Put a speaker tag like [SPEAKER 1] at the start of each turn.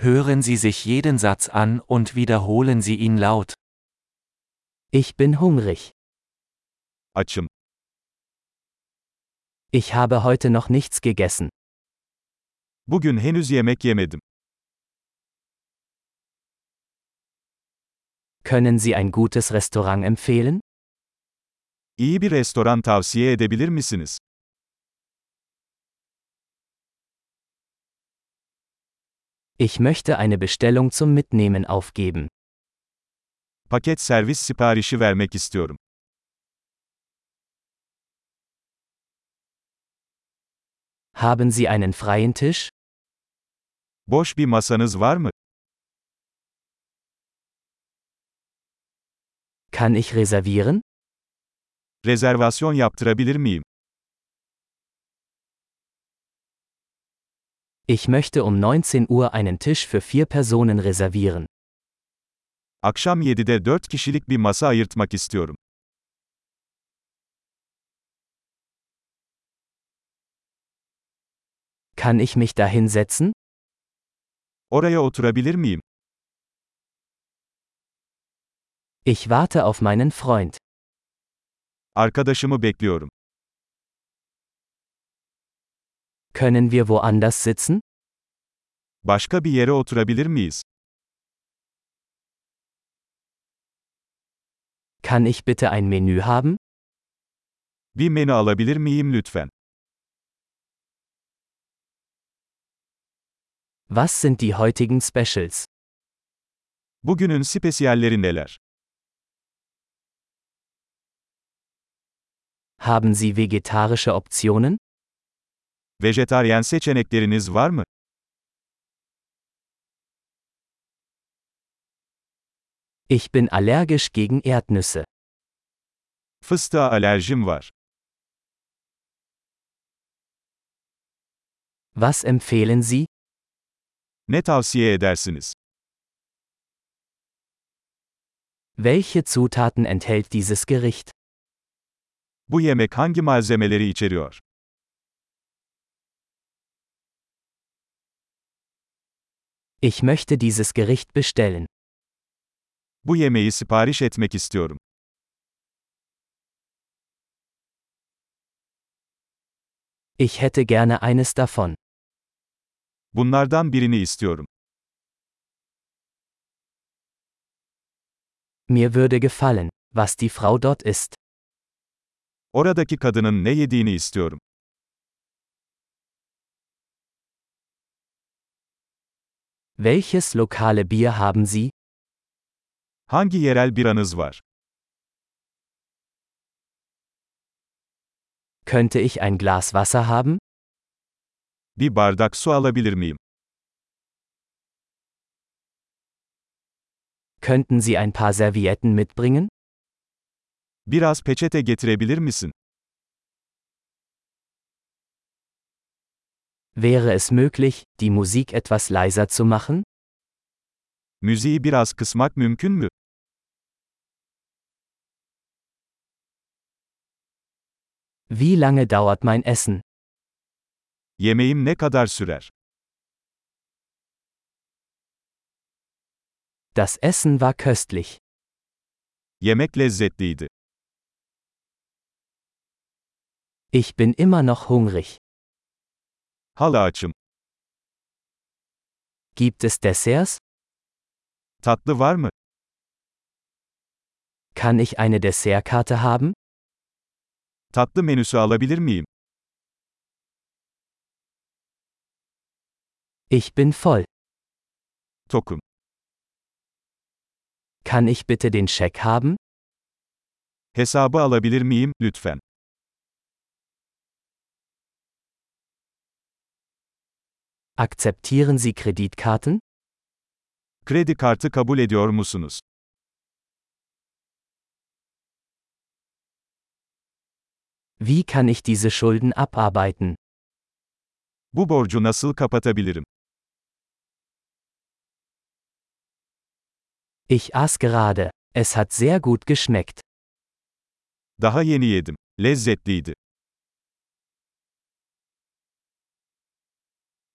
[SPEAKER 1] Hören Sie sich jeden Satz an und wiederholen Sie ihn laut.
[SPEAKER 2] Ich bin hungrig.
[SPEAKER 3] Açım.
[SPEAKER 2] Ich habe heute noch nichts gegessen.
[SPEAKER 3] Bugün henüz yemek yemedim.
[SPEAKER 2] Können Sie ein gutes Restaurant empfehlen?
[SPEAKER 3] İyi bir restoran tavsiye edebilir misiniz?
[SPEAKER 2] Ich möchte eine Bestellung zum Mitnehmen aufgeben.
[SPEAKER 3] Paket servis siparişi vermek istiyorum.
[SPEAKER 2] Haben Sie einen freien Tisch?
[SPEAKER 3] Boş bir masanız var mı?
[SPEAKER 2] Kann ich reservieren?
[SPEAKER 3] Rezervasyon yaptırabilir miyim?
[SPEAKER 2] Ich möchte um 19 Uhr einen Tisch für vier Personen reservieren.
[SPEAKER 3] Akşam 7'de 4 kişilik bir masa ayırtmak istiyorum.
[SPEAKER 2] Kann ich mich da hinsetzen?
[SPEAKER 3] Oraya oturabilir miyim?
[SPEAKER 2] Ich warte auf meinen Freund.
[SPEAKER 3] Arkadaşımı bekliyorum.
[SPEAKER 2] Können wir woanders sitzen?
[SPEAKER 3] Başka bir yere oturabilir miyiz?
[SPEAKER 2] Kann ich bitte ein Menü haben?
[SPEAKER 3] Bir menü alabilir miyim lütfen?
[SPEAKER 2] Was sind die heutigen Specials?
[SPEAKER 3] Bugünün spesiyalleri neler?
[SPEAKER 2] Haben Sie vegetarische Optionen?
[SPEAKER 3] Vejetaryen seçenekleriniz var mı?
[SPEAKER 2] Ich bin allergisch gegen Erdnüsse.
[SPEAKER 3] Fıstığa alerjim var.
[SPEAKER 2] Was empfehlen Sie?
[SPEAKER 3] Ne tavsiye edersiniz?
[SPEAKER 2] Welche Zutaten enthält dieses Gericht?
[SPEAKER 3] Bu yemek hangi malzemeleri içeriyor?
[SPEAKER 2] Ich möchte dieses Gericht bestellen.
[SPEAKER 3] Bu yemeği sipariş etmek istiyorum.
[SPEAKER 2] Ich hätte gerne eines davon.
[SPEAKER 3] Bunlardan birini istiyorum.
[SPEAKER 2] Mir würde gefallen, was die Frau dort isst.
[SPEAKER 3] Oradaki kadının ne yediğini istiyorum.
[SPEAKER 2] Welches lokale Bier haben Sie?
[SPEAKER 3] Hangi yerel biranız var?
[SPEAKER 2] Könnte ich ein Glas Wasser haben?
[SPEAKER 3] Bir bardak su alabilir miyim?
[SPEAKER 2] Könnten Sie ein paar Servietten mitbringen?
[SPEAKER 3] Biraz peçete getirebilir misin?
[SPEAKER 2] Wäre es möglich, die Musik etwas leiser zu machen?
[SPEAKER 3] Müziği biraz kısmak mümkün mü?
[SPEAKER 2] Wie lange dauert mein Essen?
[SPEAKER 3] Yemeğim ne kadar sürer?
[SPEAKER 2] Das Essen war köstlich.
[SPEAKER 3] Yemek lezzetliydi.
[SPEAKER 2] Ich bin immer noch hungrig.
[SPEAKER 3] Hala açım.
[SPEAKER 2] Gibt es Desserts?
[SPEAKER 3] Tatlı var mı?
[SPEAKER 2] Kann ich eine Dessertkarte haben?
[SPEAKER 3] Tatlı menüsü alabilir miyim?
[SPEAKER 2] Ich bin voll.
[SPEAKER 3] Tokum.
[SPEAKER 2] Kann ich bitte den Scheck haben?
[SPEAKER 3] Hesabı alabilir miyim, lütfen?
[SPEAKER 2] Akzeptieren Sie Kreditkarten?
[SPEAKER 3] Kredi kartı kabul ediyor musunuz?
[SPEAKER 2] Wie kann ich diese Schulden abarbeiten?
[SPEAKER 3] Bu borcu nasıl kapatabilirim?
[SPEAKER 2] Ich aß gerade. Es hat sehr gut geschmeckt.
[SPEAKER 3] Daha yeni yedim. Lezzetliydi.